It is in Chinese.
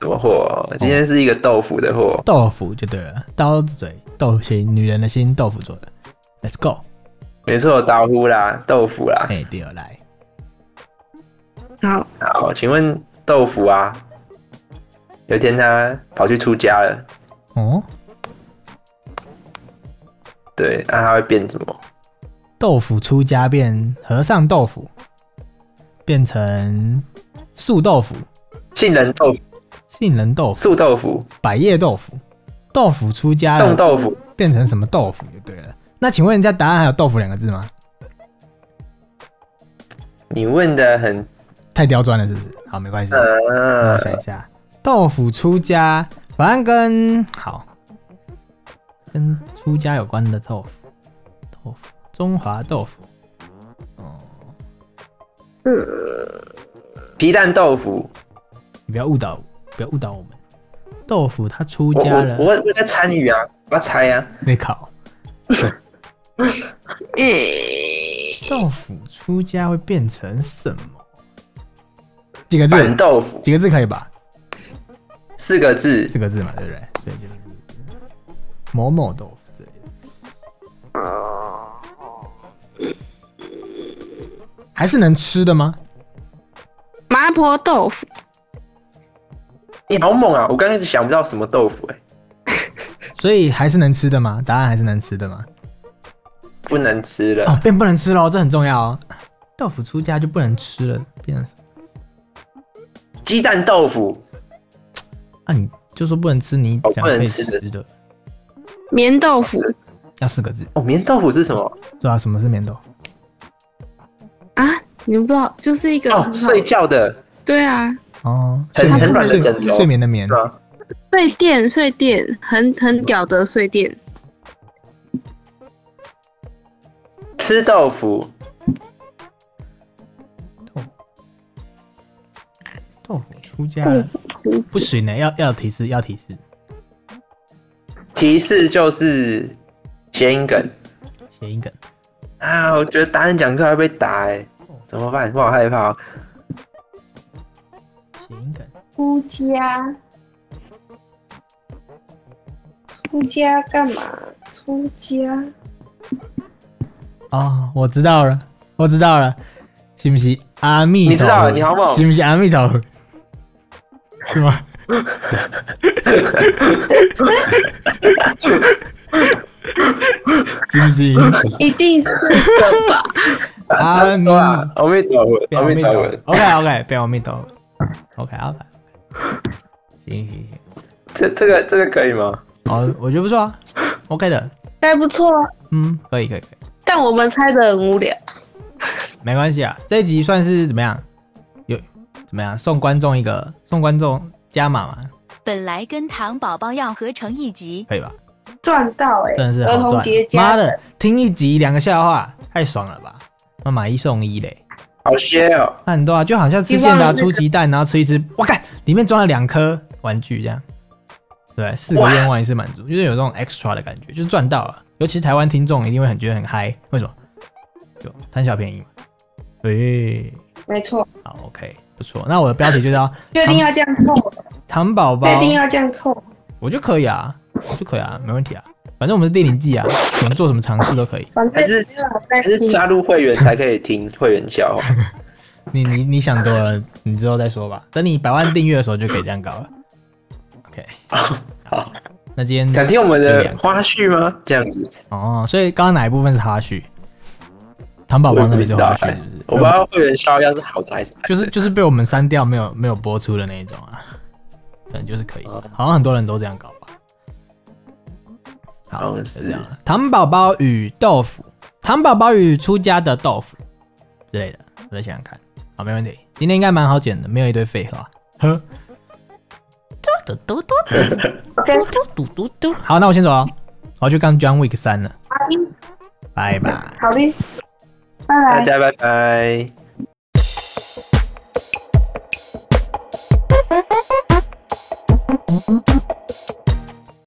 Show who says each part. Speaker 1: 哦
Speaker 2: 我今天是一个豆腐的货。
Speaker 1: 豆腐就对了，刀子嘴豆心，女人的心，豆腐做的。Let's go，
Speaker 2: 没错，刀呼啦，豆腐啦。
Speaker 1: 哎、第二来，
Speaker 3: 好，
Speaker 2: 好，请问豆腐啊，有一天他跑去出家了，
Speaker 1: 哦，
Speaker 2: 对，那他会变什么？
Speaker 1: 豆腐出家变和尚豆腐，变成素豆腐、
Speaker 2: 杏仁豆腐、
Speaker 1: 杏仁豆腐、
Speaker 2: 素豆腐、
Speaker 1: 百叶豆腐。豆腐出家
Speaker 2: 冻
Speaker 1: 了，
Speaker 2: 豆腐，
Speaker 1: 变成什么豆腐就对了。那请问人家答案还有豆腐两个字吗？
Speaker 2: 你问的很，
Speaker 1: 太刁钻了，是不是？好，没关系。让
Speaker 2: 呃
Speaker 1: 我，想一下，豆腐出家，反正跟好跟出家有关的豆腐，豆腐中华豆腐，哦，
Speaker 2: 皮蛋豆腐。
Speaker 1: 你不要误导，不要误导我们。豆腐他出
Speaker 2: 我
Speaker 1: 家
Speaker 2: 我
Speaker 1: 了，
Speaker 2: 我我在参与啊，我要猜啊，
Speaker 1: 没考。
Speaker 3: 诶，
Speaker 1: 豆腐出家会变成什么？几个
Speaker 2: 板
Speaker 1: 字？
Speaker 2: 豆腐
Speaker 1: 几个字可以吧？
Speaker 2: 四个字，
Speaker 1: 四个字嘛，对不对？所以就是某某豆腐之类的，还是能吃的吗？
Speaker 3: 麻婆豆腐，
Speaker 2: 你好猛啊！我刚开始想不到什么豆腐、欸，
Speaker 1: 所以还是能吃的吗？答案还是能吃的吗？
Speaker 2: 不能吃了。
Speaker 1: 哦，变不能吃喽，这很重要哦。豆腐出家就不能吃了，变成什么
Speaker 2: 鸡蛋豆腐，
Speaker 1: 啊？你就说不能吃，你
Speaker 2: 哦
Speaker 1: 讲
Speaker 2: 不能
Speaker 1: 可以
Speaker 2: 吃的
Speaker 1: 吃的，
Speaker 3: 棉豆腐
Speaker 1: 要四个字，
Speaker 2: 哦，棉豆腐是什么？
Speaker 1: 知道什么是棉豆腐？
Speaker 3: 啊，你们不知道，就是一个
Speaker 2: 哦，
Speaker 3: 很好
Speaker 2: 睡觉的
Speaker 3: 对啊，
Speaker 1: 哦，
Speaker 2: 很
Speaker 1: 睡眠
Speaker 3: 很软的
Speaker 1: 睡
Speaker 2: 枕头啊
Speaker 1: 睡眠的棉
Speaker 2: 是，吗？
Speaker 3: 睡垫睡垫，很很屌的睡垫，
Speaker 2: 吃豆腐，
Speaker 1: 豆腐出家
Speaker 3: 豆
Speaker 1: 了
Speaker 3: 腐出
Speaker 1: 不行呢，要要提示，要提示，
Speaker 2: 提示就是谐音梗
Speaker 1: 谐音梗。
Speaker 2: 啊！我觉得答案讲出来会被打、欸，怎么办？我好害怕哦、
Speaker 1: 谐音梗，
Speaker 3: 出家，出家干嘛？出家
Speaker 1: 哦，我知道了，我知道了，是不是阿
Speaker 2: 你
Speaker 1: 弥陀佛？
Speaker 2: 知道了你好猛
Speaker 1: 是不是阿弥陀佛？是吗？ 是不是
Speaker 3: 一定是的吧？
Speaker 1: 阿弥
Speaker 2: 对啊，阿弥陀佛，
Speaker 1: 被
Speaker 2: 阿
Speaker 1: 嗯阿弥
Speaker 2: 弥
Speaker 1: 陀
Speaker 2: 陀
Speaker 1: 佛
Speaker 2: 佛，
Speaker 1: ？OK OK，被阿弥陀佛。OK OK，行行行，
Speaker 2: 这这个这个可以吗？
Speaker 1: 哦，我觉得不错啊，OK 的，
Speaker 3: 还不错啊，
Speaker 1: 嗯，可以可以可以，
Speaker 3: 但我们猜的很无聊。
Speaker 1: 没关系啊，这一集算是怎么样？有怎么样？送观众一个，送观众加码嘛，
Speaker 4: 本来跟糖宝宝要合成一集，
Speaker 1: 可以吧？
Speaker 3: 赚到哎、
Speaker 1: 真的是
Speaker 3: 儿
Speaker 1: 好
Speaker 3: 童节
Speaker 1: 赚！
Speaker 3: 加
Speaker 1: 妈的，听一集两个笑话，太爽了吧？那买一送一嘞，
Speaker 2: 好些哦、
Speaker 1: 很多啊，就好像吃
Speaker 3: 你
Speaker 1: 健
Speaker 3: 忘了
Speaker 1: 达
Speaker 3: 那
Speaker 1: 出
Speaker 3: 个
Speaker 1: 奇蛋，然后吃一吃，我看里面装了两颗玩具，这样，对，四个
Speaker 2: 哇
Speaker 1: 愿望一次满足，就是有这种 extra 的感觉，就是赚到了。尤其是台湾听众一定会很觉得很嗨，为什么？就贪小便宜嘛。对，
Speaker 3: 没错，
Speaker 1: 好，OK，不错。那我的标题就叫
Speaker 3: 确定要这样凑，
Speaker 1: “糖宝宝
Speaker 3: 确定要这样凑。”，
Speaker 1: 我就可以啊，我就可以啊，没问题啊。反正我们是电影季啊，我们做什么尝试都可以。
Speaker 3: 反
Speaker 2: 还
Speaker 3: 正
Speaker 2: 是
Speaker 3: 没有
Speaker 2: 还
Speaker 3: 在
Speaker 2: 是
Speaker 3: 听，
Speaker 2: 加入会员才可以听会员 笑话。
Speaker 1: 你你你想多了，你之后再说吧。等你百万订阅的时候就可以这样搞了。OK，
Speaker 2: 好，
Speaker 1: 那今天
Speaker 2: 想听我们
Speaker 1: 就
Speaker 2: 的
Speaker 1: 两个
Speaker 2: 花絮吗？这样子，
Speaker 1: 哦，所以刚刚哪一部分是花絮？糖宝宝那里是花絮是不是？
Speaker 2: 我不知道会员笑要是好的还是
Speaker 1: 就是就是被我们删掉没有没有播出的那一种啊，可能就是可以，
Speaker 2: 哦
Speaker 1: 好像很多人都这样搞吧。
Speaker 2: 好
Speaker 1: 好，
Speaker 2: 像
Speaker 1: 就是这样了。糖宝宝与豆腐，糖宝宝与出家的豆腐之类的，我再想想看。好，没问题，今天应该蛮好剪的，没有一堆废话。呵，嘟嘟嘟嘟嘟嘟嘟嘟。好，那我先走了，我要去看《John Wick 三》了，
Speaker 3: 好的，
Speaker 1: 拜拜。
Speaker 3: 好的，拜
Speaker 2: 大
Speaker 3: 拜。
Speaker 2: 家拜拜。